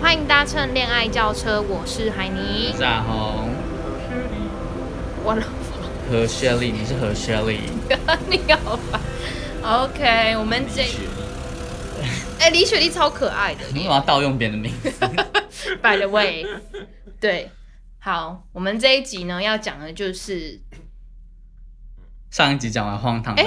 欢迎搭乘恋爱轿车，我是海尼，炸红我老和 Shelly，你是和 Shelly，哥，你好烦。OK，我们这 哎、李雪莉超可爱的你为什么要盗用别人的名字？ ，By the way，对，好，我们这一集呢要讲的就是，上一集讲完荒唐的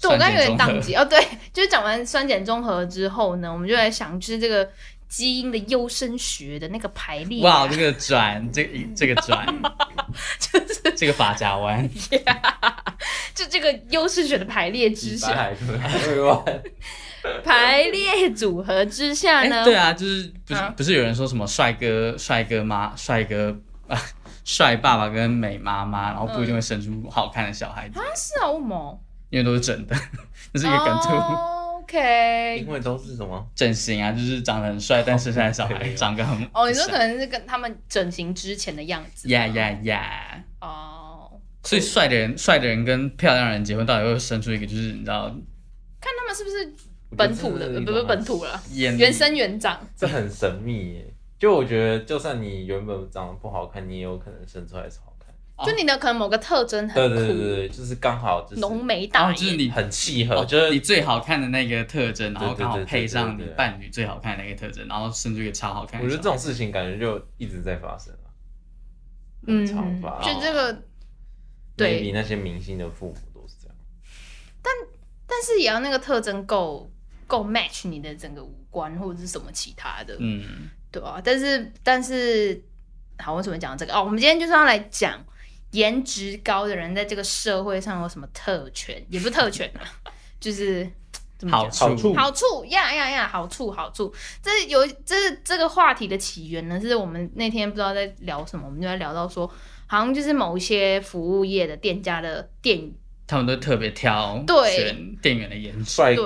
对我酸刚刚有碱点中宕和，机哦，对，就是讲完酸碱中和之后呢，我们就来想吃这个基因的优生学的那个排列、哇，这个转，这个这个转，就是这个发夹弯，就这个优生学的排列之白下，海豚对吧？排列组合之下哎、呢，对啊，就是不是、嗯不是有人说什么帅哥帅哥妈帅哥啊帅爸爸跟美妈妈，然后不一定会生出好看的小孩子，啊是啊，为什么？因为都是整的，这是一个梗图。 o k 英文都是什么？整形啊，就是长得很帅，但生下来小孩长得很哦，你说可能是跟他们整形之前的样子。呀呀呀！哦，所以帅的人，帅的人跟漂亮的人结婚，到底会生出一个就是你知道看他们是不是我觉得本土的，这呃是一不种啊不是本土了，眼原生原 长。这很神秘耶。就我觉得，就算你原本长得不好看，你也有可能生出来是好看。哦就你的可能某个特征很对酷，对对对，就是刚好就是浓眉大然后眼，就是你很契合，哦就是你最好看的那个特征，然后对对对刚好对对配上你对对伴侣最好看的那个特征，然后生出一个超好看我的觉得小这孩。种事情感觉就一直在发生啊。嗯，长发，哦就这个，对比那些明星的父母都是这样。但是也要那个特征够够 match 你的整个五官或者是什么其他的，嗯，对啊，但是但是，好，我怎么讲这个？哦，我们今天就是要来讲颜值高的人在这个社会上有什么特权，也不是特权啊，就是怎么好讲？处嗯好好处处呀呀呀，好处好处，这有这这个话题的起源呢，是我们那天不知道在聊什么，我们就在聊到说，好像就是某一些服务业的店家的店，他们都特别挑对选店员的颜值。帅哥，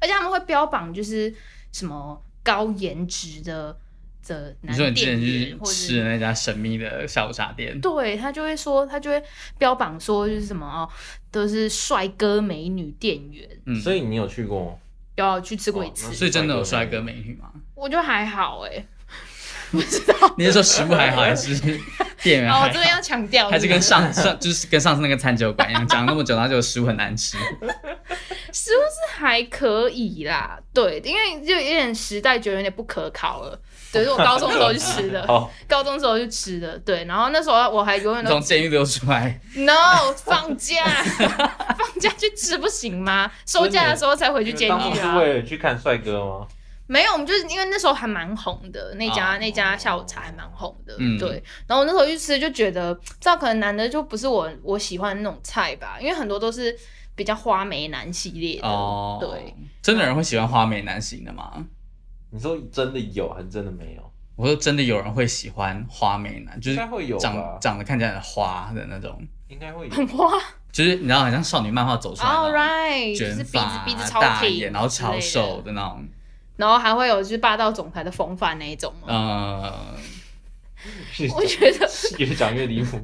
而且他们会标榜就是什么高颜值的的你男说你之店前员，去或者吃的那家神秘的下午茶店，对他就会说，他就会标榜说就是什么哦，都是帅哥美女店员，嗯，所以你有去过吗？要去吃过一哦次，那所以真的有帅哥美女吗？我觉得还好哎、你是说食物还好，还 是店员然后哦我还这好边？要强调，还是跟不 上上就是跟上次那个餐酒馆一样，讲了那么久，然后就食物很难吃。食物是还可以啦，对，因为就有点时代觉得有点不可靠了。对，是我高中的时候去吃 的，好，高中的时候去吃的，对，然 后那时候我还永远都从监狱溜出来， no 放假， 放假去吃不行吗？收假的时候才回去监当狱初啊是。为了去看帅哥吗？没有，我们就是因为那时候还蛮红的，那家、哦那家下午茶还蛮红的，嗯对。然后我那时候去吃就觉得，知道可能男的就不是我我喜欢的那种菜吧，因为很多都是比较花美男系列的，哦，对。，真的有人会喜欢花美男型的吗？你说真的有还是真的没有？我说真的有人会喜欢花美男，就应是该会有吧长，长得看起来很花的那种，应 该会有。很花就是你知道，好像少女漫画走出来，All 的那种哦 right，就是鼻卷子发、鼻子超大挺，眼，然后超瘦，的那种，然后还会有就是霸道总裁的风范那一种吗？呃， 我觉得 越讲越离 谱，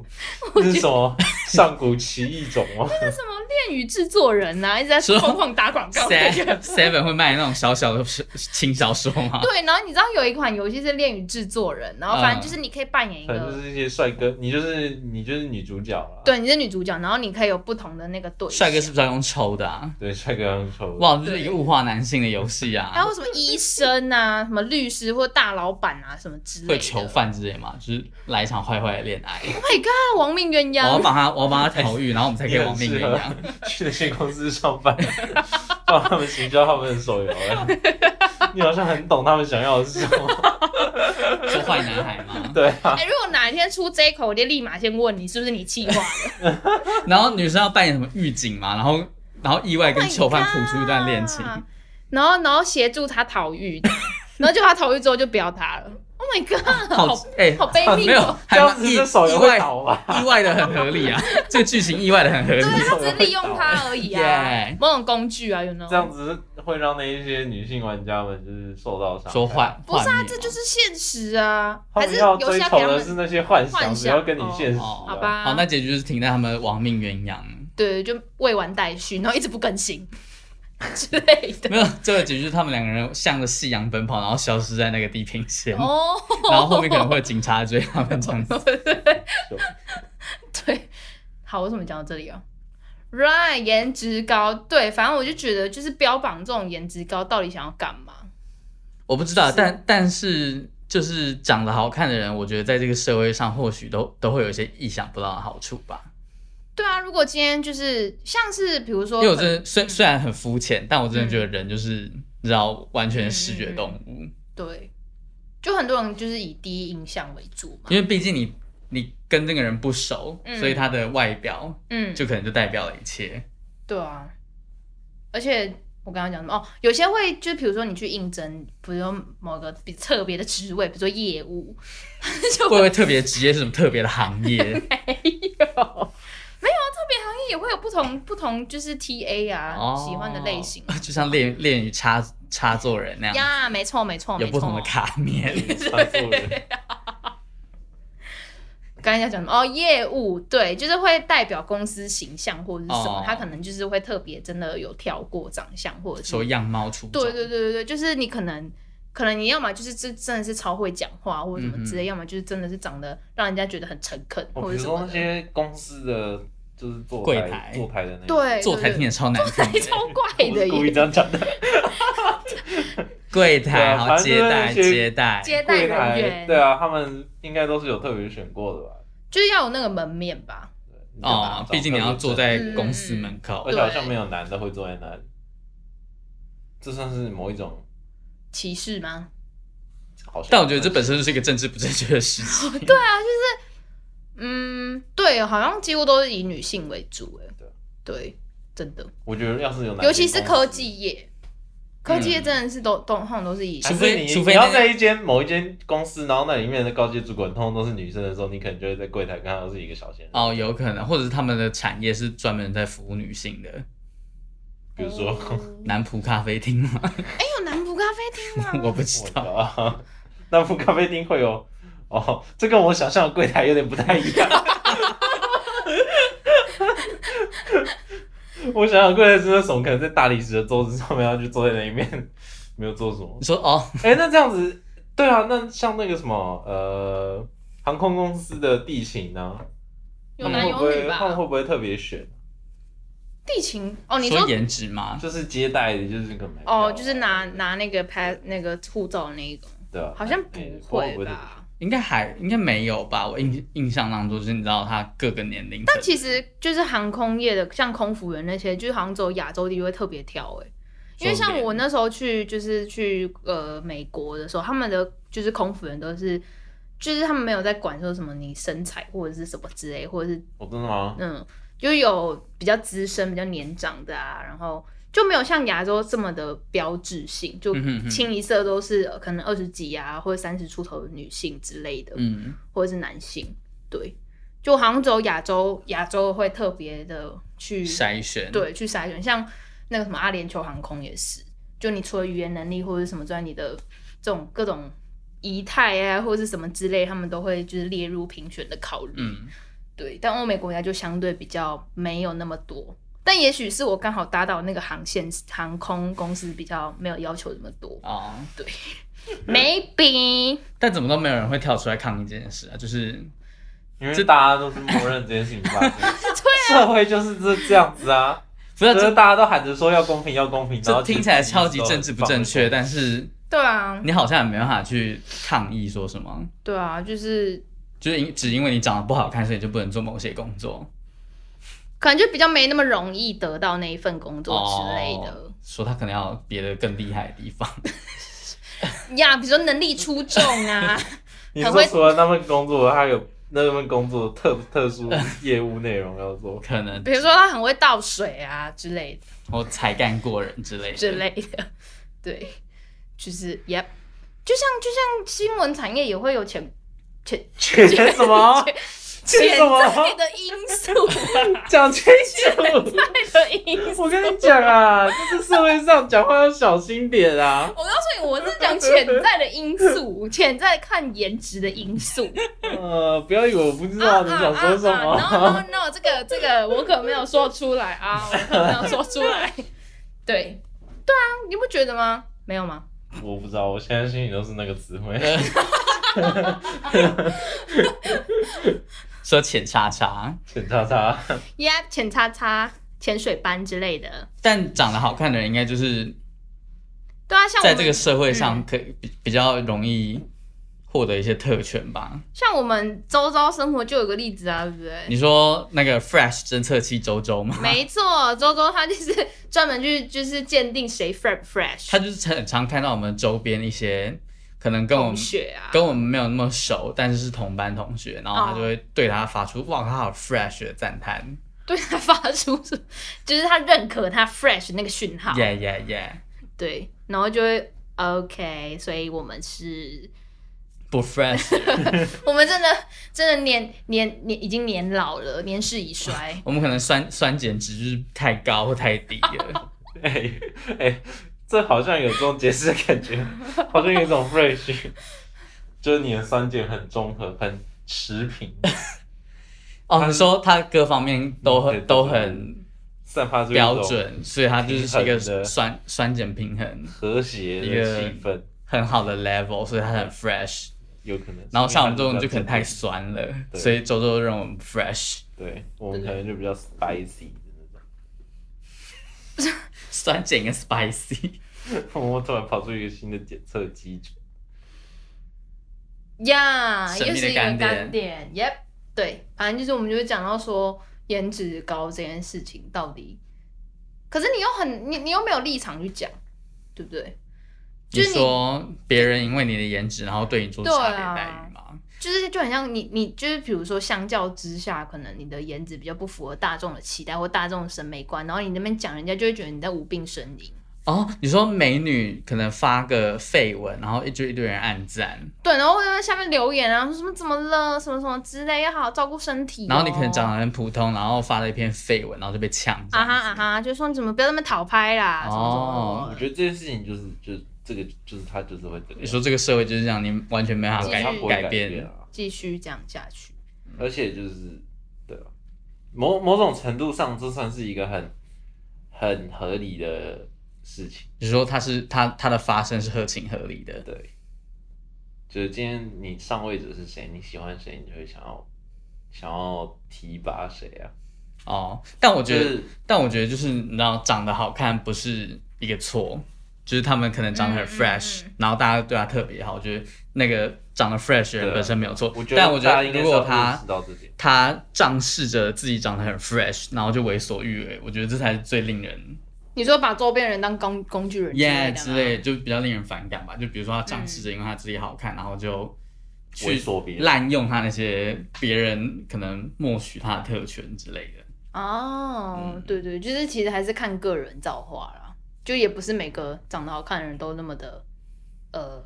这是什么上古奇异种吗？恋与制作人呐、啊，一直在说疯狂打广告。 seven seven 会卖那种小小的轻小说吗？ 对，然后你知道有一款游戏是恋与制作人，然后反正就是你可以扮演一反正个就，是一些帅哥，你就是你就是女主角啊了。对，你是女主角，然后你可以有不同的那个对象帅哥是不是要用抽的啊？对，帅哥很丑。哇，这是一个物化男性的游戏还啊！有什么医生啊，什么律师或大老板啊，什么之类的。会囚犯之类嘛，就是来一场坏坏的恋爱。 Oh my god，亡命鸳我要鸯！把他，我要把他逃狱，然后我们才可以你很亡命鸳适合 鸯。去那些公司上班， 帮他们行销他们的手 游。哎你好像很懂他们想要的是什么。啊是坏男孩吗？对啊，哎、如果哪一天出这一口，我就立马先问你是不是你气话的。然后女生要扮演什么狱警嘛，然后然后意外跟囚犯谱出一段恋情 Oh my god 然后然后协助他逃狱，然后就他逃狱之后就不要他了。Oh my god， 好好哎好悲没悯有哦。，这还样蛮子意这手游意会外倒吧？意外的很合理啊，这个剧情意外的很合理对。啊，他只是利用手游会倒他而已啊 Yeah 某种工具啊，you know。这样子会让那一些女性玩家们就是受到伤害。说坏，不是啊，坏灭这嘛就是现实啊，他还是们游要戏追要求给他的是啊们那些幻幻想，想不要跟你现实的。哦好吧？好，那结局就是停在他们亡命鸳鸯。对，就未完待续，然后一直不更新。 之类的。没有，最后结局就是他们两个人向着夕阳奔跑，然后消失在那个地平线，哦，然后后面可能会有警察追他们这样子。 对，好，为什么讲到这里啊？Right，颜值高，对，反正我就觉得就是标榜这种颜值高，到底想要干嘛？我不知道，但但是就是长得好看的人，我觉得在这个社会上或许都都会有一些意想不到的好处吧。对啊，如果今天就是像是比如说，因为我真的嗯虽虽然很肤浅，但我真的觉得人就是你知道，完全是视觉动嗯物，对，就很多人就是以第一印象为主嘛。因为毕竟你你跟这个人不熟，嗯所以他的外表嗯，就可能就代表了一切。对啊，而且我刚刚讲什么？哦，有些会就比如说你去应征，比如说某个比特别的职位，比如说业务，就会不会特别职业是什么特别的行业？有，没有啊？特别行业也会有不同不同，就是 T A 啊、哦喜欢的类型 就像恋恋与插插座人那样，呀，没错没错有没不同错的。卡面。差错人，刚才要讲什么？哦，业务对，就是会代表公司形象或者是什么，哦他可能就是会特别真的有跳过长相或者是说样貌出众，对对对对对，就是你可能可能你要么就是真真的是超会讲话或者什么嗯之类，要么就是真的是长得让人家觉得很诚恳我或哦比者什如说么的。那些公司的就是坐柜台台坐台的那种，对，坐台听对也超难听对 的，超怪我的是故意耶，这样讲的。柜对台啊好反正接就待是那些接待，接待柜人台员对啊，他们应该都是有特别选过的吧？就是要有那个门面吧？你就把它哦找，毕竟你要坐特别在嗯公司门口正，而且好像没有男的会坐在那里，这算是某一种歧视吗？好像。但我觉得这本身就是一个政治不正确的事情。对啊，嗯，对，好像几乎都是以女性为主，哎对，对，真的，我觉得要是有男性公司，尤其是科技业，科技业嗯真的是都都通常都是以除还非是你，除非你那要在一间某一间公司，然后那里面的高级主管通通都是女生的时候，你可能就会在柜台看到是一个小鲜肉，哦，有可能，或者是他们的产业是专门在服务女性的，比如说，男仆咖啡厅 吗？哎，有南浦咖啡厅吗？ 我不知我道，靠 那副咖啡厅会有哦，这跟我想象的柜台有点不太一样。 我想想，柜台是那种可能在大理石的桌子上面，然后就坐在那一面，没有做什么你。说哦，哎、那这样子，对啊，那像那个什么，呃，航空公司的地勤呢、有他们男会不有会女他们吧？会不会特别选？地勤哦，你说颜值吗？就是接待的，就是可能哦，就是拿拿那个拍那个护照的那一种，对啊，好像哎不会会特别吧？应该还应该没有吧？我印印象当中就是你知道他各个年龄层，但其实就是航空业的，像空服员那些，就是好像只有亚洲地区会特别挑哎、因为像我那时候去就是去呃美国的时候，他们的就是空服员都是。就是他们没有在管说什么你身材或者是什么之类，或者是哦，真的吗？嗯，就有比较资深、比较年长的啊，然后就没有像亚洲这么的标志性，就嗯哼哼清一色都是呃可能二十几啊或者三十出头的女性之类的，嗯，或者是男性，对，就好像只有亚洲亚洲会特别的去筛选，对去筛选，像那个什么阿联酋航空也是，就你除了语言能力或者什么之外，你的这种各种仪态啊或者是什么之类，他们都会就是列入评选的考虑，嗯，对，但欧美国家就相对比较没有那么多。但也许是我刚好搭到那个航线，航空公司比较没有要求这么多哦， ，maybe 但怎么都没有人会跳出来抗议这件事啊，就是因这为大家都是默认这件事情发 生，啊社会就是这这样子啊，不就是是这大家都喊着说要公平，要公平，然这后听起来超级政治不正确，但是对啊，你好像也没办法去抗议说什么，对啊，就是就是因只因为你长得不好看，所以你就不能做某些工作可能就比较没那么容易得到那一份工作之类的哦说他可能要有别的更厉害的地方， ，呀比如说能力出众啊，你很会说除了那份工作，他有那份工作特特殊业务内容要做 可能比如说他很会倒水啊之类的我才干过人之类的，之类的，对，就是 yep，就像就像新闻产业也会有潜潜缺什么？潜缺什么？在的因素讲清楚！的因素。我跟你讲啊，就是社会上讲话要小心点啊。我告诉你，我是讲潜在的因素，潜在看颜值的因素。呃，不要以为我不知道你想说什啊啊啊么。啊 no no no，这个这个我可没有说出来啊，我可没有说出来。对，你不觉得吗？没有吗？我不知道，我现在心里都是那个词汇。呃 说浅叉叉，浅叉叉，耶、yeah,，浅叉叉、潜水班之类的。但长得好看的人应该就是对啊，像我在们这个社会上嗯可以比比较容易获得一些特权吧。像我们周遭生活就有个例子啊，对不对？你说那个 Fresh 侦测器周周吗？没错，周周他就是 专门去就是鉴定谁 fresh 不 fresh， 他就是很常看到我们周边一些可能跟我同们学啊，跟我们没有那么熟，但是是同班同学，然哦后他就会对他发出“哇，他好 fresh” 的赞叹对他发出就是他认可他 fresh 那个讯号， ，yeah yeah yeah，对，然后就会 OK，所以我们是，不 fresh，。我们真的真的年年年已经年老了，年事已衰我们可能酸酸碱值就是太高或太低 了，哎、哎、这好像有这种解释的感觉，好像有一种 fresh，就是你的酸碱很综合，很持平，哦，你说他各方面都嗯对对很都很散发出一标种准，所以他就是一个平衡的酸酸碱平衡和谐一的个气氛，很好的 level，所以他很 fresh。有可能。然后像我们这种就可能太酸了，对所以周周让我们 fresh 对，我们可能就比较 spicy 的那种。酸碱跟 spicy。 我突然跑出一个新的检测机制，呀、神又秘是的一个干干点，Yep，对，反正就是我们就会讲到说颜值高这件事情到底，可是你又很你你又没有立场去讲，对不对？你 就是你说别人因为你的颜值，然后对你做对差啊别待遇吗？就是就很像你你就是比如说相较之下，可能你的颜值比较不符合大众的期待或大众的审美观，然后你那边讲人家就会觉得你在无病呻吟，哦，你说美女可能发个绯闻，然后一堆一堆人暗赞，对，然后会在下面留言啊，说什么怎么了，什么什么之类，要啊好好照顾身体、哦然后你可能长。得很普通，然后发了一篇绯闻，然后就被呛这啊样子。哈啊哈，就说你怎么不要那么讨拍啦，什么哦我什么觉得这件事情就是，就是这个，就是他就是会这个你样说这个社会就是这样，你完全没办他法继改续不会改改变。啊，继续这样下去。而且就是对啊，某某种程度上，这算是一个很很合理的事情。你说它是它它的发生是合情合理的，对，就是今天你上位者是谁，你喜欢谁，你就会想要想要提拔谁啊？哦，但我觉得，就是但我觉得就是你知道，长得好看不是一个错，就是他们可能长得嗯很嗯 fresh，、嗯然后大家对他特别好，我觉得那个长得 fresh 的对人啊本身没有错，我觉但我得觉大家得应该如是要果认他识到这点。他仗势着自己长得很 fresh，然后就为所欲为，我觉得这才是最令人你说把周边人当工工具人 yeah 之之类类的的，就比较令人反感吧。就比如说他仗势着因为他自己好看，然后就为去所别人滥用他那些别人可能默许他的特权之类的。吗哦，嗯对对，就是其实还是看个人造化啦，就也不是每个长得好看的人都那么的，呃，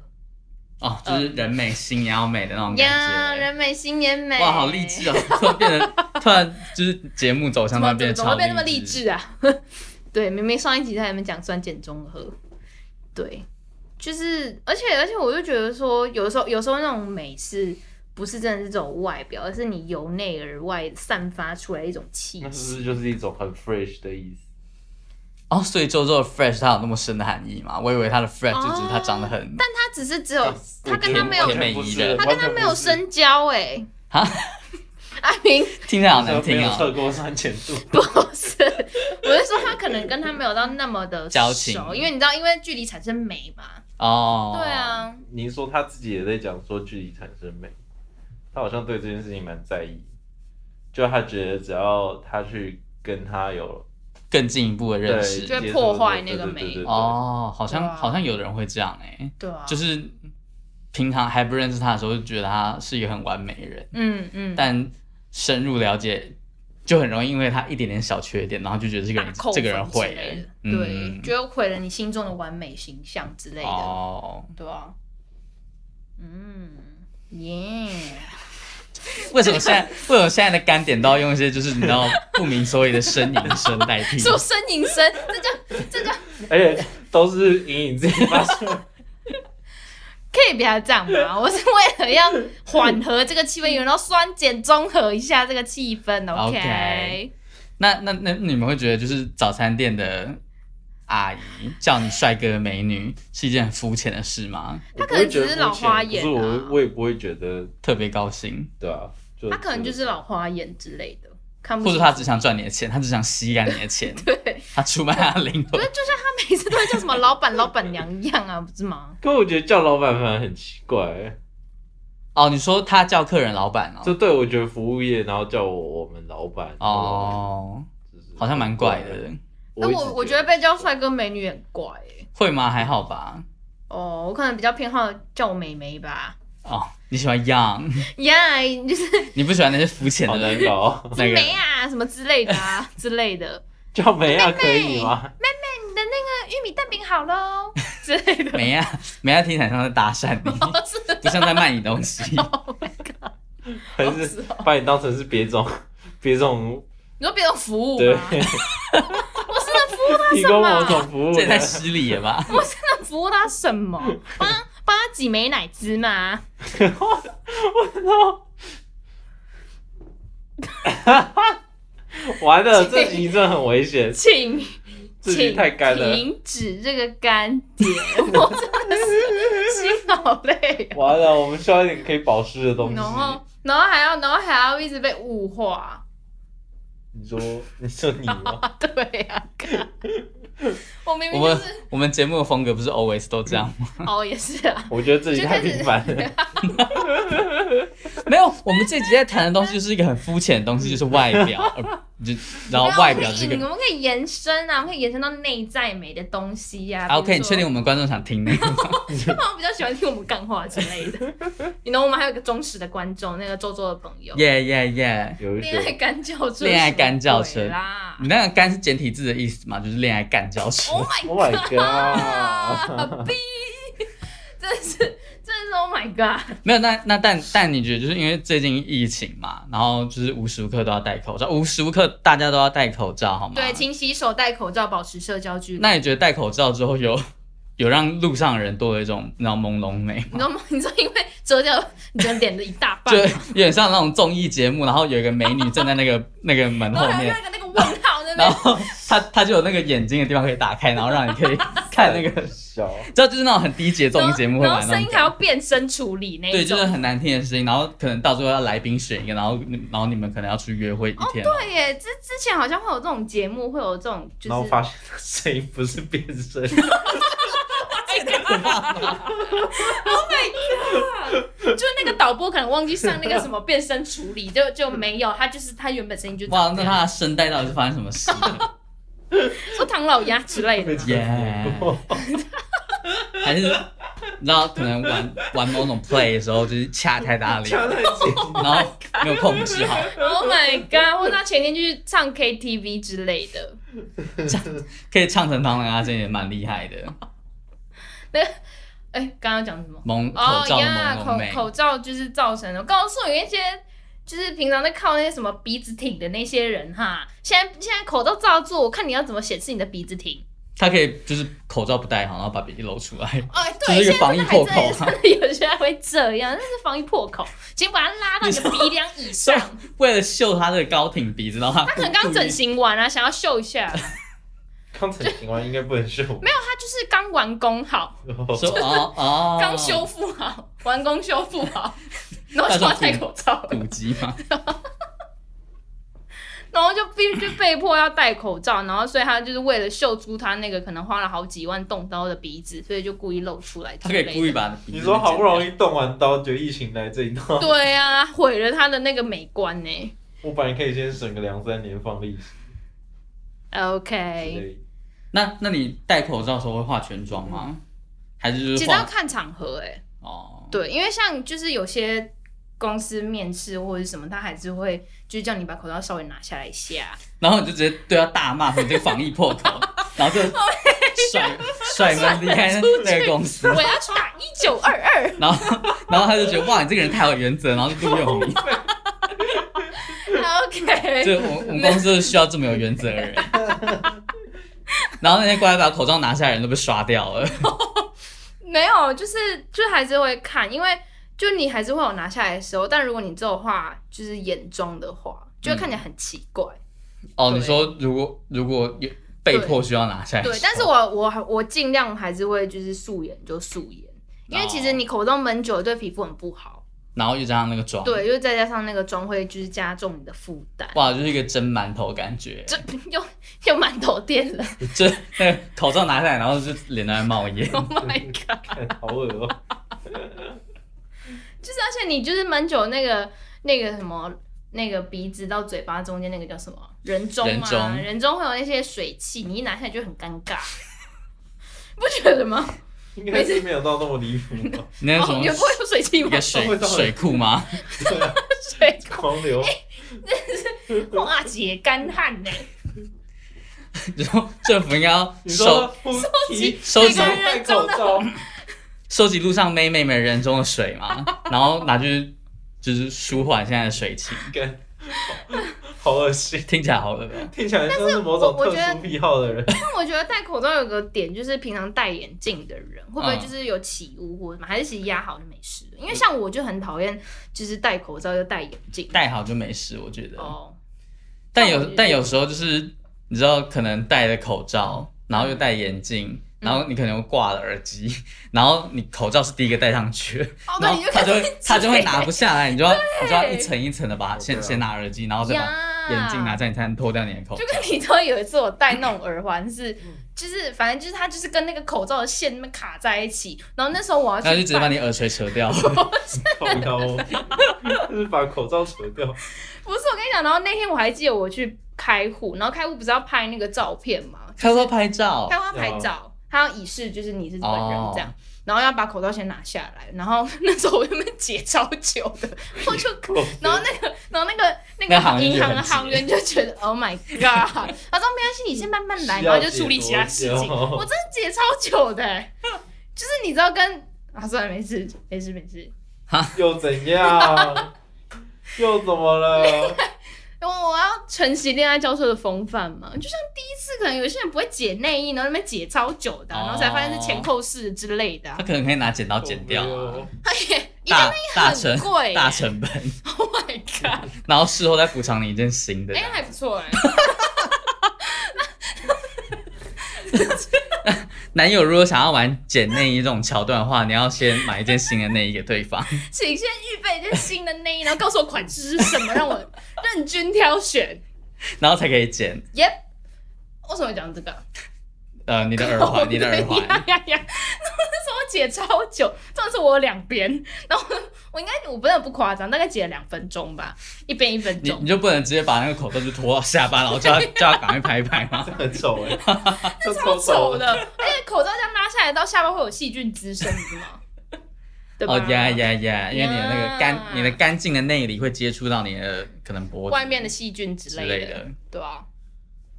哦，就是人美心也要美的那种感呀，觉。人美心也美，哇，好励志哦！ 突然变得，突然就是节目走怎向突么怎然变么得怎超么变那么励志。志啊？ 对，明明上一集在里面讲酸碱中和，对，就是而且而且我就觉得说，有的时候有时候那种美是不是真的是这种外表，而是你由内而外散发出来一种气那是息。不是就是一种很 fresh 的意思？哦，所以周周的 fresh 它有那么深的含义吗？我以为它的 fresh 就只是它长得很，啊但他只是只有啊哦他我觉跟得他没有完全不完全是不是他跟他没有，深交哎、欸， 阿明听起来好完全难不是听没有啊、测过酸碱度。不是，我是说他可能跟他没有到那么的交熟情因为你知道，因为距离产生美嘛。哦，对，啊，您说他自己也在讲说距离产生美，他好像对这件事情蛮在意，就他觉得只要他去跟他有更进一步的认识就对。会破坏那个美对对对对对对哦，好像、对啊好像有人会这样哎、对啊，就是平常还不认识他的时候，就觉得他是一个很完美的人，嗯嗯，但深入了解。就很容易因为他一点点小缺点，然后就觉得这个大人扣这个人分之会、类的欸，，对，嗯就会毁了你心中的完美形象之类的，哦，对啊，嗯， 耶，为什么现在 为什么现在的干点都要用一些就是你知道不明所以的呻吟声代 替？是我呻吟声，这就这就而且都是隐隐自己发出来。可以不要这样吗？ 我是为了要缓和这个气氛，然后酸碱中和一下这个气氛 OK ，OK？那那那你们会觉得就是早餐店的阿姨叫你帅哥美女是一件很肤浅的事吗？他我可不会能觉得只是老肤浅花眼可是啊我我也不会觉得，特别高兴，对啊，就他可能就是觉得老花眼之类的，看不或者清他楚只想赚你的钱，他只想吸干你的钱， 对，他出卖他的灵不魂是。就像他每次都会叫什么老板、老板娘一样啊，不是 吗？可我觉得叫老板反而很奇怪、哦，你说他叫客人老板就哦？对我觉得服务业，然后叫我我们老板，哦，就是好像蛮怪的，那一直我我觉得被叫帅哥美女很怪欸会吗？还好吧。哦，我可能比较偏好叫我美眉吧。 哦，你喜欢 young， Yeah，就是你不喜欢那些肤浅好的难搞哦，那个美啊什么之类的啊之类的。叫梅亚可以吗？你的那个玉米蛋饼好喽之类的。美亚，美亚听起来像在 搭讪你，哦，是的不像在卖你东西。 ，Oh my god！还是哦把你当成是别种别种你说别人服务对吗？我是能服务他提什供么某种啊？服务这也的太？失礼了吧？ 我是能服务他什么？帮帮他挤美奶汁吗？ 完了，这集真的很危险， 请这集请太干了，停止这个干 点，我真的是心好累啊。完了，我们需要一点可以保湿的东西然。后，然后还要，然后还要一直被物化。你说，你说你吗？对 呀、啊，我明明我就们是我们节目的风格不是 always 都这样吗？哦，也是啊，我觉得这集就太开始频繁了。 没有，我们这集在谈的东西就是一个很肤浅的东西，就是外 表，呃就然后外表这没有个。我们可以我们可以延伸啊，我们可以延伸到内在美的东西呀、好，可以比如你说确定我们观众想听那个吗？他们比较喜欢听我们干话之类 的。你懂，我们还有一个忠实的观众，那个周周的朋友，耶耶耶！有一恋爱些干教车，恋爱干教车什么鬼啦你那个“干”是简体字的意思嘛？就是恋爱干交车。 ，Oh my ，Oh my god！ god，逼，真的是，真的是 Oh my god，没有，那那但但你觉得，就是因为最近疫情嘛，然后就是无时无刻都要戴口罩，无时无刻大家都要戴口罩，好吗？对，勤洗手、戴口罩、保持社交距离。那你觉得戴口罩之后有 有让路上的人多了一种那种朦胧 美你知吗？道吗？你说因为遮掉你整脸的一大半 就嘛，有点像那种综艺节目，然后有一个美女站在那个 那个门然后后还有面，啊那个那个问号 那边，然后她她就有那个眼睛的地方可以打开，然后让你可 以 看那个，小，知道就是那种很低级的综艺节目会然后玩然后那声种音还。要变声处理那一对，种就是。很难听的声音，然后可能到最后要来宾选一个，然后然后你们可能要去约会一天嘛，对耶，之之前好像会有这种节目，会有这种就然后是发现声音不是变 声，Oh 就是那个导播可能忘记上那个什么变声处理，就就没有，他就是他原本声音就哇，长这那样他的声带到底是发生什么 事？说唐老鸭之类的被嘛，剪过还是你知道可能玩玩某种 play 的时候就是掐太大力，掐太紧，然后没有控制好， ，Oh my god！或者他前天去唱 KTV 之类的，可以唱成唐人阿珍也蛮厉害的，哎，刚刚讲什么？蒙哦口罩的呀，朦胧美口。口罩就是造成的。我告诉你，那些就是平常在靠那些什么鼻子挺的那些人哈，现在现在口罩罩住，我看你要怎么显示你的鼻子挺。他可以就是口罩不戴好，然后把鼻涕露出来。哎，这对，是一现个在真的还防疫真破口的啊真的有些人会这样，那是防疫破口，请把它拉到你的鼻梁以虽上。然为了秀他的高挺鼻子，然后他他可能故刚意整形完啊，想要秀一下，他刚才听完应该不能秀，没就是刚完工好，说哦 哦，刚修复好，完工修复好，然后就要戴口罩。骨肌嘛，然后就必须被迫要戴口罩，然后所以他就是为了秀出他那个可能花了好几万动刀的鼻子，所以就故意露出来之他类可的。以故意把鼻子你说好不容剪易动完刀，就疫情来这一趟，对啊，毁了他的那个美观呢、我本来可以先省个两三年放利息之 OK，类的。掉。那那你戴口罩的时候会化全妆吗？还是就其是实要化看场合哎、哦？对，因为像就是有些公司面试或者是什么，他还是会就是叫你把口罩稍微拿下来一 下。然后你就直接对他大骂说你这个防疫破 口，然后就甩甩门离开那个公司，我要去打一九二二，然后然后他就觉得哇你这个人太有原则，然后就录用你。 OK，就我我们公司就是需要这么有原则 的人。然后那些过来把口罩拿下来的人都被刷掉了，没有，就是就还是会看，因为就你还是会有拿下来的时候，但如果你只有画就是眼妆的话，就会看起来很奇怪。哦，对你说如果如果有被迫需要拿下来对说。，但是我我还我尽量还是会就是素颜就素颜，因为其实你口罩闷久了对皮肤很不好，然后又加上那个妆，，对，又再加上那个妆会就是加重你的负担，哦哇，就是一个蒸馒头感觉，这 又又满头电了就 那个口罩拿下来，然后就脸都在冒烟。 ，Oh my god！看好 恶哦、就是而且你就是闷久那个那个什么。那个鼻子到嘴巴中间那个叫什么人中人吗？中人中会有那些水汽，你一拿下来就很尴尬， 不觉得吗？应该是没有到那么离谱吧？你那个什哦么你们不会有水汽一吗？个会水到水库吗？对啊， 水狂流。哎化解干旱呢、 然后政府应该要你说收呼吸，收集每个人戴口罩，收集路上妹妹们人中的水嘛， 然后拿去就是舒缓现在的水情，干，好恶心，听起来好恶哦、听起来像是某种我我觉特得殊癖好的人。但我觉得戴口罩有个点，就是平常戴眼镜的人会不会嗯就是有起雾或什么，还是其实压好就没事了？因为像我就很讨厌，就是戴口罩又戴眼镜。戴好就没事，我觉得。哦，但那我觉有得但有时候就是你知道，可能戴着口罩，嗯然后又戴眼镜，然后你可能又挂了耳机，然后你口罩是第一个戴上去，嗯哦，然对，后你就他看就会他就会拿不下来，你就要你就要一层一层的把它对先啊先拿耳机，然后再把呀眼镜拿。下，你才能脱掉你的口罩就。跟你知道有一次我戴那种耳环 是，嗯就是反正就是它就是跟那个口罩的线那么卡在一起，然后那时候我要去然后就直接把办你耳垂 扯掉，靠腰哦，就是把口罩扯掉，不是我跟你讲，然后那天我还记得我去开户，然后开户不是要拍那个照片吗？他说拍照他，要拍哦照，他要以示就是你是本人这样，然后要把口罩先拿下来，然后那时候我原本解超久的， 我就。靠然后那个，然后那个那那行个员银就行很的急行员就觉得 ，Oh my god！他说没关系，你先慢慢来，需然要后就处理其他事解情。多久我真的解超久的、欸就是你知道跟啊，算了，没事，没事，没事。又怎样？又怎么 了？因为我要承袭恋爱教授的风范嘛，就像第一次可能有些人不会解内衣，然后那边解超久的啊、然后才发现是前扣式之类的啊、哎他可能可以拿剪刀剪掉啊、哦一件哦大大成很贵、大成本， Oh my god！然后事后再补偿你一件新的哎、。还不错哎、男友如果想要玩剪内衣这种桥段的话，你要先买一件新的内衣给对 方。请先预备一件新的内衣，然后告诉我款式是什么，让我任君挑选。然后才可以剪。 Yep，为什么讲这个？呃，你的耳环，你的耳环 呀，呀呀！那时候我解超久，重点是我有两边， 然后我我应该我不是不夸张，大概解了两分钟吧，一边一分你钟你。就不能直接把那个口罩就拖到下巴，然后 叫他叫他赶快拍一拍吗？很丑哎、欸，这超丑的，而且口罩这样拉下来到下巴会有细菌滋生，你知道吗？ 对吧？哦呀呀呀！因为你的那个呀干，你的干净的内里会接触到你的可能脖子外面的细菌之之类类的，的。对啊，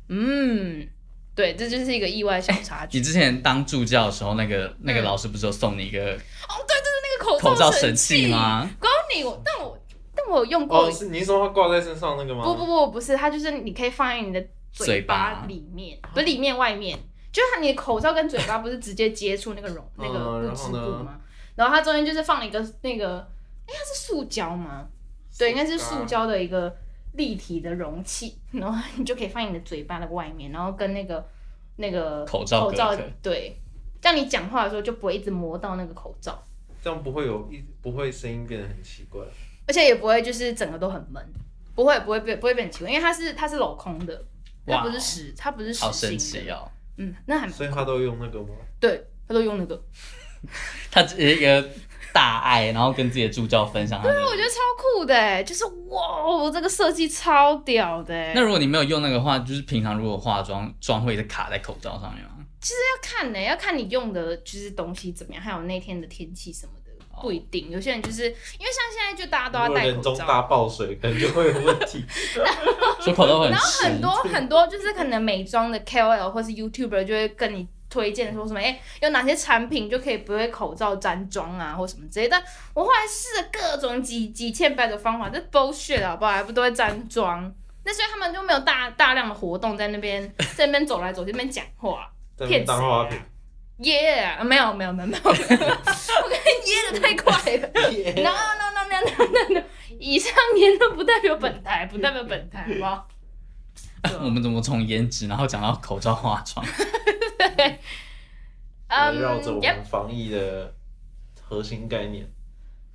嗯，对，这就是一个意外小插曲。你之前当助教的时候，那个那个嗯老师不是有送你一个哦，对对对，那个口罩神神器？吗？光你我，但我但我有用过哦，，是你是说他挂在身上那个吗？不不不，不是，它就是你可以放在你的嘴嘴巴巴里面，不是里面外面，就是它你的口罩跟嘴巴不是直接接触那个绒那个嗯布然后织呢布吗？然后它中间就是放了一个那个，哎，它是塑胶吗？对，应该是塑。胶的一个立体的容器，然后 你就可以放你的嘴巴的外面，然后跟那个那个口罩口隔罩着对，这样你讲话的时候就不会一直磨到那个口罩，这样不会有一不会声音变得很奇怪。而且也不会就是整个都很闷，不会不会变不会变奇怪，因为它是它是镂空的，它哇哦不是实它不是好实心神奇的，哦！嗯，那还蛮所以他都用那个吗？对，他都用那个，他只是一个大爱，然后跟自己的助教分享他的我觉得超酷的欸，就是哇，哦这个设计超屌的欸，那如果你没有用那个话，就是平常如果化妆妆会一直卡在口罩上面吗？要看呢、要看你用的就是东西怎么样，还有那天的天气什么的，哦不一定。有些人就是因为像现在就大家都如要果戴人口中大罩，爆水，可能就会有问 题。说口罩会然很后湿，很多很多就是可能美妆的 KOL 或是 YouTuber 就会跟你。推荐说什么？哎、有哪些产品就可以不会口罩沾妆啊，或什么之类的。但我后来试了各种几几千百种方法，这 bullshit 啊好不好？还不都会沾妆？那所以他们就没有大大量的活动在那边在那边走来走去，那边讲话。在那边当花瓶，耶、啊没有没有没有没有， 我跟你耶的太快了。no no no no no no no，以上言论不代表本台，不代表本台，好不好？对啊我们怎么从颜值，然后讲到口罩化妆？嗯围绕着我们防疫的核心概念。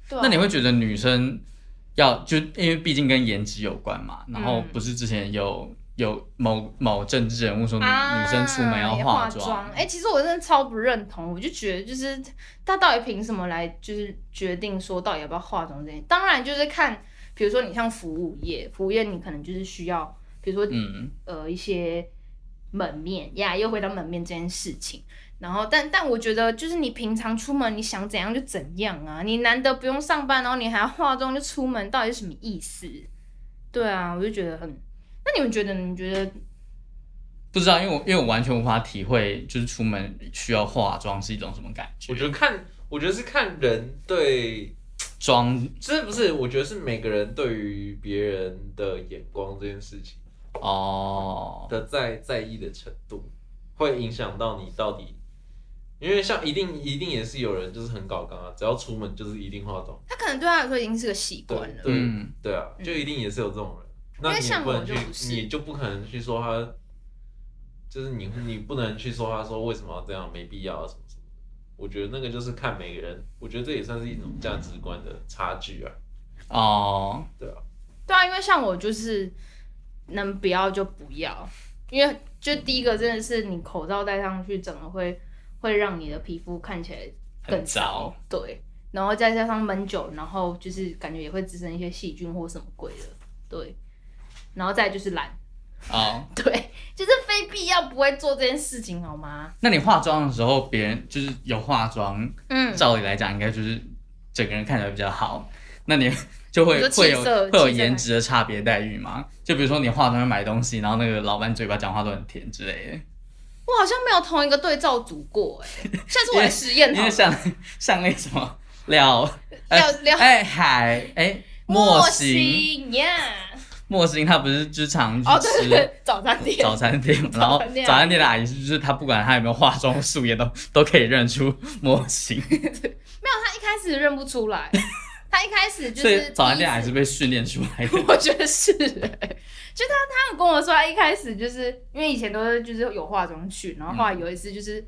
对啊那你会觉得女生要就因为毕竟跟颜值有关嘛，然后嗯不是之前有有某某政治人物说女、啊女生出门要化妆，哎、其实我真的超不认同，我就觉得就是他到底凭什么来就是决定说到底要不要化妆这件事？当然就是看，比如说你像服务业，服务业你可能就是需要，比如说、嗯，呃一些门面呀又回到门面这件事情。然后，但但我觉得就是你平常出门你想怎样就怎样啊，你难得不用上班，然后你还要化妆就出门，到底是什么意思？对啊，我就觉得很。那你们觉得？你们觉得不知道，因为我因为我完全无法体会，就是出门需要化妆是一种什么感觉我。觉得看，我觉得是看人对，妆就是不是？我觉得是每个人对于别人的眼光这件事情哦，的在在意的程度，会影响到你到底。因为像一定一定也是有人就是很搞刚啊，只要出门就是一定化妆，他可能对他来说已经是个习惯了。对嗯，对啊，嗯就一定也是有这种人。因那为你也像不我能去就不，是你就不可能去说他，就是你你不能去说他说为什么要这样，没必要啊什么什么的。我觉得那个就是看每个人，我觉得这也算是一种价值观的差距啊。哦，对啊，对啊，因为像我就是能不要就不要，因为就第一个真的是你口罩戴上去，整个会会让你的皮肤看起来更很糟。对，然后再加上闷久，然后就是感觉也会滋生一些细菌或什么鬼的，对。然后再就是懒， 哦，对，就是非必要不会做这件事情，好吗？那你化妆的时候，别人就是有化妆，嗯，照理来讲应该就是整个人看起来比较好，那你就会你说气会有色会有气色颜感值的差别待遇吗？就比如说你化妆买东西，然后那个老板嘴巴讲话都很甜之类我好像没有同一个对照组过、哎，下次我来实验的，因好为了，像像那什么 廖廖廖哎海哎莫行西呀。莫行他不是就常去哦，对对吃对，早餐店。 早 餐店，然后早餐店早餐店的阿姨就是她不管她有没有化妆素颜都 都可以认出莫行，他一开始认不出 来，他一开始就所以是早餐店还第是一被训练出来的次。 我觉得是、欸，就他他有跟我说，他一开始就是因为以前都是就是有化妆去，然后后来有一次就是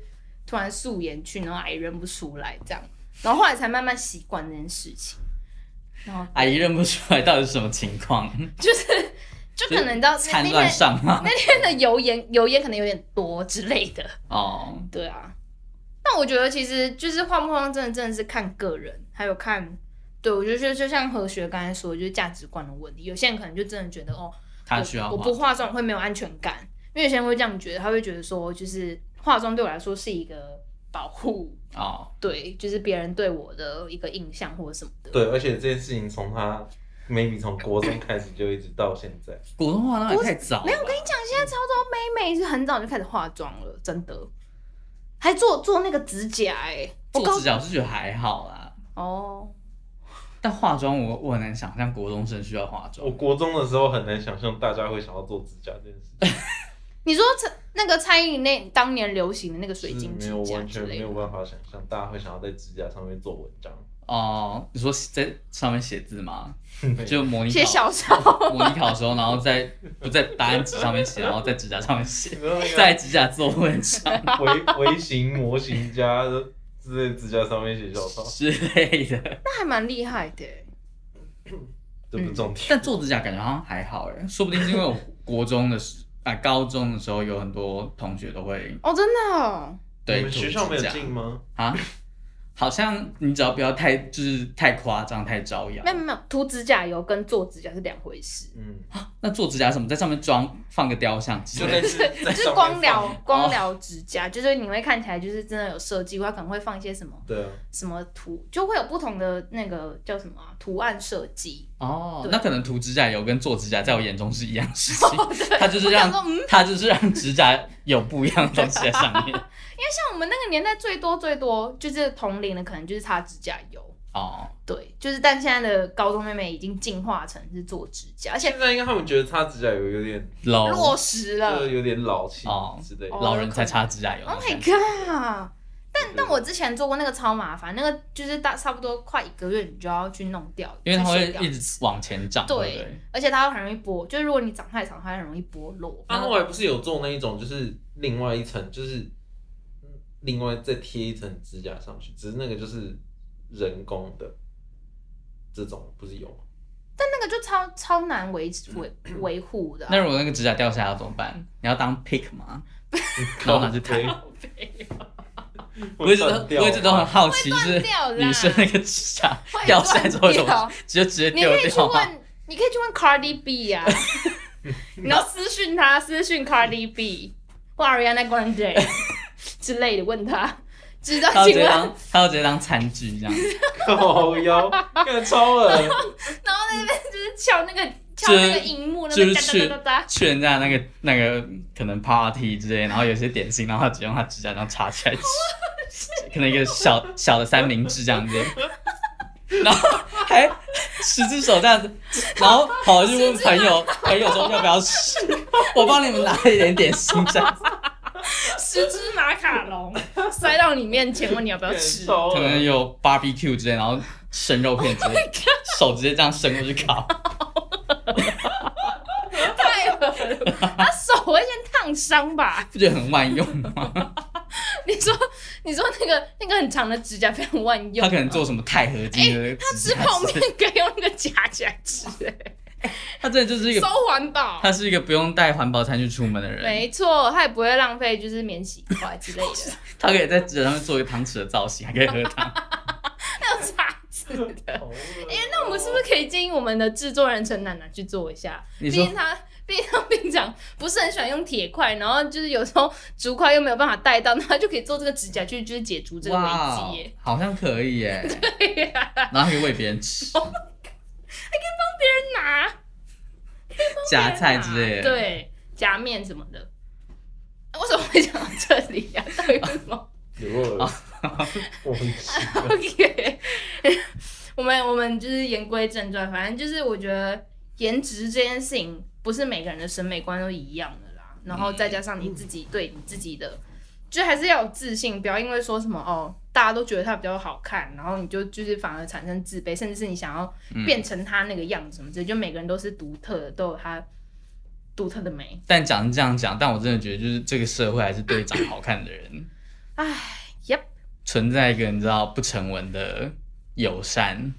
突然素颜去，然后阿姨认不出来这样，然后后来才慢慢习惯这件事情，然后阿姨认不出来到底是什么情 况，就是就可能你知道哦那参那乱天上啊吗？ 那天的油盐油盐可能有点多之类的，哦，对啊，那我觉得其实就是化不化妆，真的真的是看个人，还有看，对我觉得就就像何学刚才说，就是价值观的问题。有些人可能就真的觉得哦，他需要我我化不化妆会没有安全感，因为有些人会这样觉得，他会觉得说，就是化妆对我来说是一个保护，哦，对，就是别人对我的一个印象或者什么的。对，而且这件事情从他 maybe 从国中开始就一直到现在，普通化妆也太早了吧，没有，我跟你讲，现在超多妹妹是很早就开始化妆了，真的，还做做那个指甲哎、我做高指甲我是觉得还好啦，哦，但化妆我我很难想象国中生需要化妆哦我，国中的时候很难想象大家会想要做指甲这件事情，你说蔡那个蔡依林那当年流行的那个水晶就是指嗯没有甲完之全没类的有，办法想象大家会想要在指甲上面做文 章，哦，你说在上面写字吗？就模拟写考小抄，模拟考的时候，然后在不在答案纸上面写，然后在指甲上 面写，在在指甲做文章微微型模型家的之类指甲上面写小抄，之类的。那还蛮厉害的欸。这不是重点。 但做指甲感觉好像还好哎，说不定是因为我国中的时啊高中的时候有很多同学都会哦，真的哦，对你们做学校没有指甲进吗？啊，好像你只要不要太就是太夸张、太招摇没。有没有没有，涂指甲油跟做指甲是两回事，嗯，那做指甲什么，在上面装放个雕像之就类类的，似在就是上面光疗放哦光疗指甲，就是你会看起来就是真的有设计过，它可能会放一些什么对啊，什么图，就会有不同的那个叫什么啊、图案设计。哦，对那可能涂指甲油跟做指甲在我眼中是一样的事情，哦对它就是我想让说，嗯，它就是让指甲有不一样的东西在上面。像我们那个年代最多最多就是同龄的，可能就是擦指甲油。哦，对，就是但现在的高中妹妹已经进化成是做指甲，而且现在应该他们觉得擦指甲油有点，落老实就是了。有点老气哦之类的。哦老人才擦指甲油 Oh 那 my 种感觉， god！但但但我之前做过那个超麻烦，那个就是大差不多快一个月你就要去弄掉，因为它去会卸掉一直往前长，对不对，而且它很容易剥，就是如果你长太长，它很容易剥落。啊他啊后来不是有做那一种，就是另外一层，就是另外再贴一层指甲上去，只是那个就是人工的，这种不是有 吗？但那个就超超难维维维护的啊、嗯那如果那个指甲掉下来要怎么办？你要当 pick 吗？然 后拿去推，我一直都啊我一直都很好奇，就是掉啦女生那个指甲会掉下来之后怎断掉，么就直接 你丢可以去掉吗？问，你可以去问 Cardi B 呀、啊，然后私讯他，私讯 Cardi B 或 Ariana Grande 之类的，问他知道他要直请接问，当他要直接当餐具这样， 靠腰，看超 哎恶然后那边就是敲那个敲就是那个荧幕那就边是哒去哒哒哒哒，去人家那个那个可能 party 之类，然后有些点心，然后他只用他指甲这样插起来吃，可能一个小小的三明治这样子，然后还十只手这样子，然后跑去问朋友，朋友说要不要吃，我帮你们拿一点点心这样子，十只马卡龙塞到你面前，问你要不要 吃。超可能恶有 barbecue 之类，然后生肉片，Oh 之类 手直接这样伸过去烤，太恶了吧，他手会先烫伤吧？ 不觉得很万用吗？你说，你说那个那个很长的指甲非常万用，他可能做什么钛合金的指哎吃甲泡之类面可以用那个夹起来吃、欸，他真的就是一个超环保。他是一个不用带环保餐具出门的人，没错，它也不会浪费，就是免洗筷之类 的，他可以在纸上面做一个汤匙的造型，还可以喝 汤。还有叉子的。好恶哎、那我们是不是可以建议我们的制作人陈楠楠去做一下？你毕说竟他， 毕竟他平常不是很喜欢用铁块，然后就是有时候竹筷又没有办法带到，那他就可以做这个指甲去，就是解除这个危哇哦机、耶。，好像可以耶。 然后还可以喂别人吃，哦拿夹菜之类的。，对，啊夹面什么的。为什么会讲到这里呀、到底为什么有恶 我很奇怪 ？OK，我们我们就是言归正传，反正就是我觉得颜值这件事情不是每个人的审美观都一样的啦，然后再加上你自己对你自己的，就还是要有自信，不要因为说什么哦，大家都觉得他比较好看，然后你就就是反而产生自卑，甚至是你想要变成他那个样子什么之类，就每个人都是独特的，都有他独特的美。但讲是这样讲，但我真的觉得就是这个社会还是对长好看的人唉，yep，存在一个你知道不成文的友善。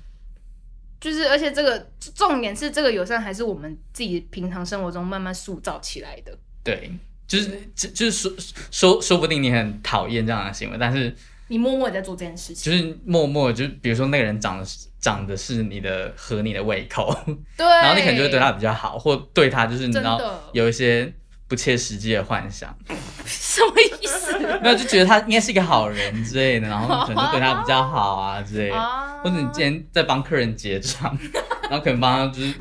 就是而且这个重点是这个友善还是我们自己平常生活中慢慢塑造起来的。对，就是就就是说说说不定你很讨厌这样的行为，但是你默默地在做这件事情，就是默默就比如说那个人长得是长得是你的合你的胃口，对，然后你可能就会对他比较好，或对他就是你知真道的有一些不切实际的幻想， 什么意思没有就觉得他应该是一个好人之类的，然后你可能就对他比较好啊之 类的，啊或者你今天在帮客人结账， 然后可能帮他就是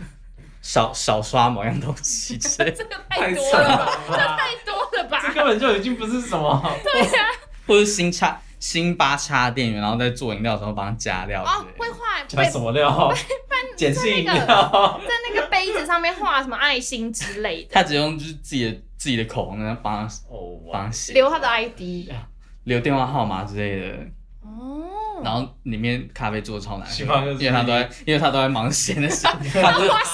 少少刷某样东西 之类的，这个太太多扯了吧，了吧，太多了这吧？啊根本就已经不是 什么。或者新插新八插店员，然后在做饮料的时候帮他加料之哦，类会的，画加会什么料？哎碱性饮料。在那个杯子上面画什么爱心之类 的，他只用就是自己的自己的口红，然后帮他哦，哇 帮他写留他的 ID 留电话号码之类的。哦，然后里面咖啡做的超难喝，星巴克因为他都在，因为他都在忙闲的 事，咖啡他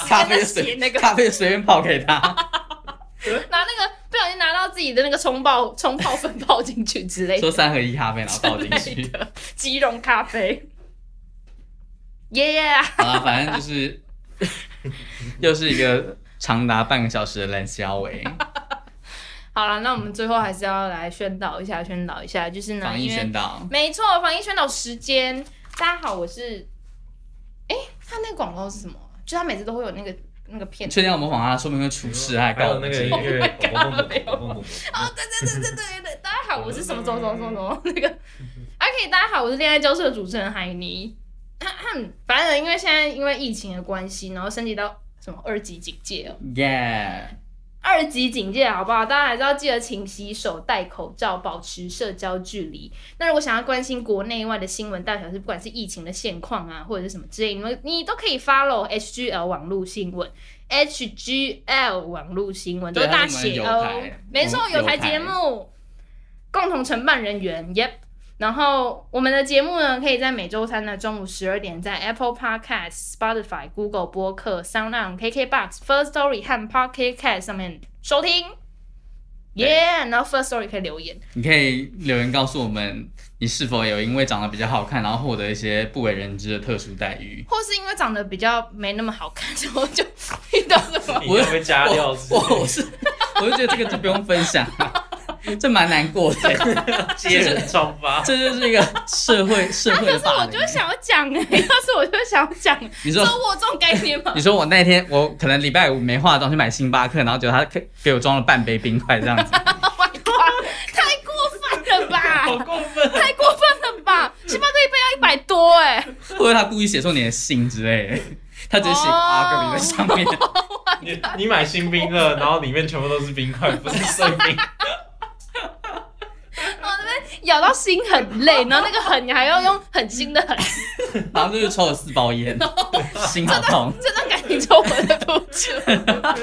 咖都在啡写随那个咖啡随便泡给他，拿那个不小心拿到自己的那个冲泡冲泡粉泡进去之类的 说。三合一咖啡，然后倒进之类去。的即溶咖啡。耶、yeah!！好啦，反正就是 又是一个长达半个小时的冷消 尾，好了，那我们最后还是要来宣导一下，宣导一下，就是呢，防疫因为宣导。没错，防疫宣导时间。大家好，我是，哎、他那个广告是什么？就他每次都会有那个那个片你。确定要模仿他，说明会出事，还还告有我那们个之音类的。乐， 哦，对对对对对对，大家好，我是什么什么什么什么什么那个，OK，大家好，我是恋爱教室的主持人海尼。 反正因为现在因为疫情的关系，然后升级到什么二级警戒哦，耶！二级警戒，好不好？大家还是要记得勤洗手、戴口罩、保持社交距离。那如果想要关心国内外的新闻大小事，不管是疫情的现况啊，或者是什么之类，你们你都可以 follow HGL 网络新闻，HGL 网络新闻都对啊是大写它是我们哦友台，没错，我们有台友台节目，共同承办人员，Yep。然后我们的节目呢，可以在每周三的中午十二点，在 Apple Podcast、Spotify、Google 播客、Sound On、KKBox、First Story 和 Pocket Cast 上面收听。耶、对 yeah,！然后 First Story 可以留言，你可以留言告诉我们，你是否有因为长得比较好看，然后获得一些不为人知的特殊待遇？或是因为长得比较没那么好看，然后就遇到什么 你会不会加料是我我 是，我就觉得这个就不用分享了， 这蛮难过的， 接人疮 疤？这就是一个社会社会啊但的是霸我凌就。想要讲哎、 要是我就想要讲，你说说我这种概念吗你？说我那天我可能礼拜五没化妆去买星巴克，然后结果他给给我装了半杯冰块这样子， Oh my god！太过分了吧！好过分！啊太过分了吧！星巴克一杯要一百多哎、或者他故意写错你的姓之类的， 他只是写哦 Agri 在上面。 你你买新冰乐，然后里面全部都是冰块，不是碎冰。然后那边咬到心很累，然后那个狠你还要用狠心的狠，然后就是抽了四包 烟，心好痛。这段感情就我的不住。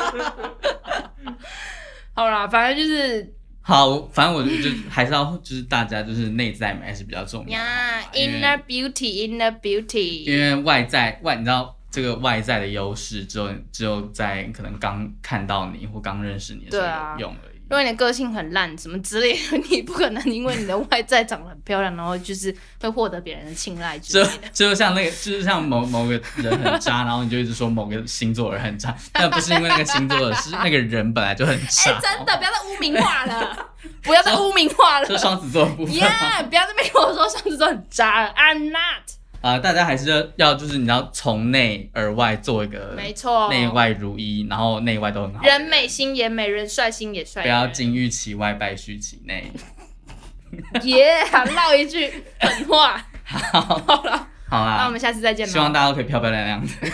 好啦，反正就是好，反正我就就还是要就是大家就是内在美还是比较重要呀、好吧 i 因 n 为 n e r beauty，inner 因 beauty。为外在外你知道这个外在的优势只有只有在可能刚看到你或刚认识你的时对啊候有用而已。如果你的个性很烂，什么之类的，你不可能因为你的外在长得很漂亮，然后就是会获得别人的青睐之就类的。哎就像那个，就是像某某个人 很渣，然后你就一直说某个星座人很渣，但不是因为那个星座的， 是那个人本来就很哎、渣。真的，不要再污名化了，不要再污名化了 这。双子座的部分耶啊、不要再被我说双子座很渣了，I'm not。呃大家还是要要就是你要从内而外做一个，没错，内外如一，然后内外都很好，人美心也美，人帅心也帅。不要金玉其外，败絮 其内。耶，唠一句狠话。 好那我啦，们下次再见吧。希望大家都可以漂漂亮亮的。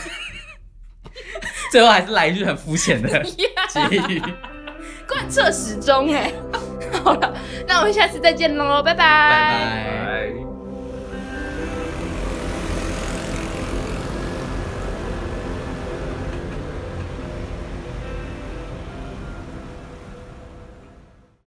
最后还是来一句很肤浅的结语， 贯彻始终哎。好了，那我们下次再见喽，拜拜。拜拜。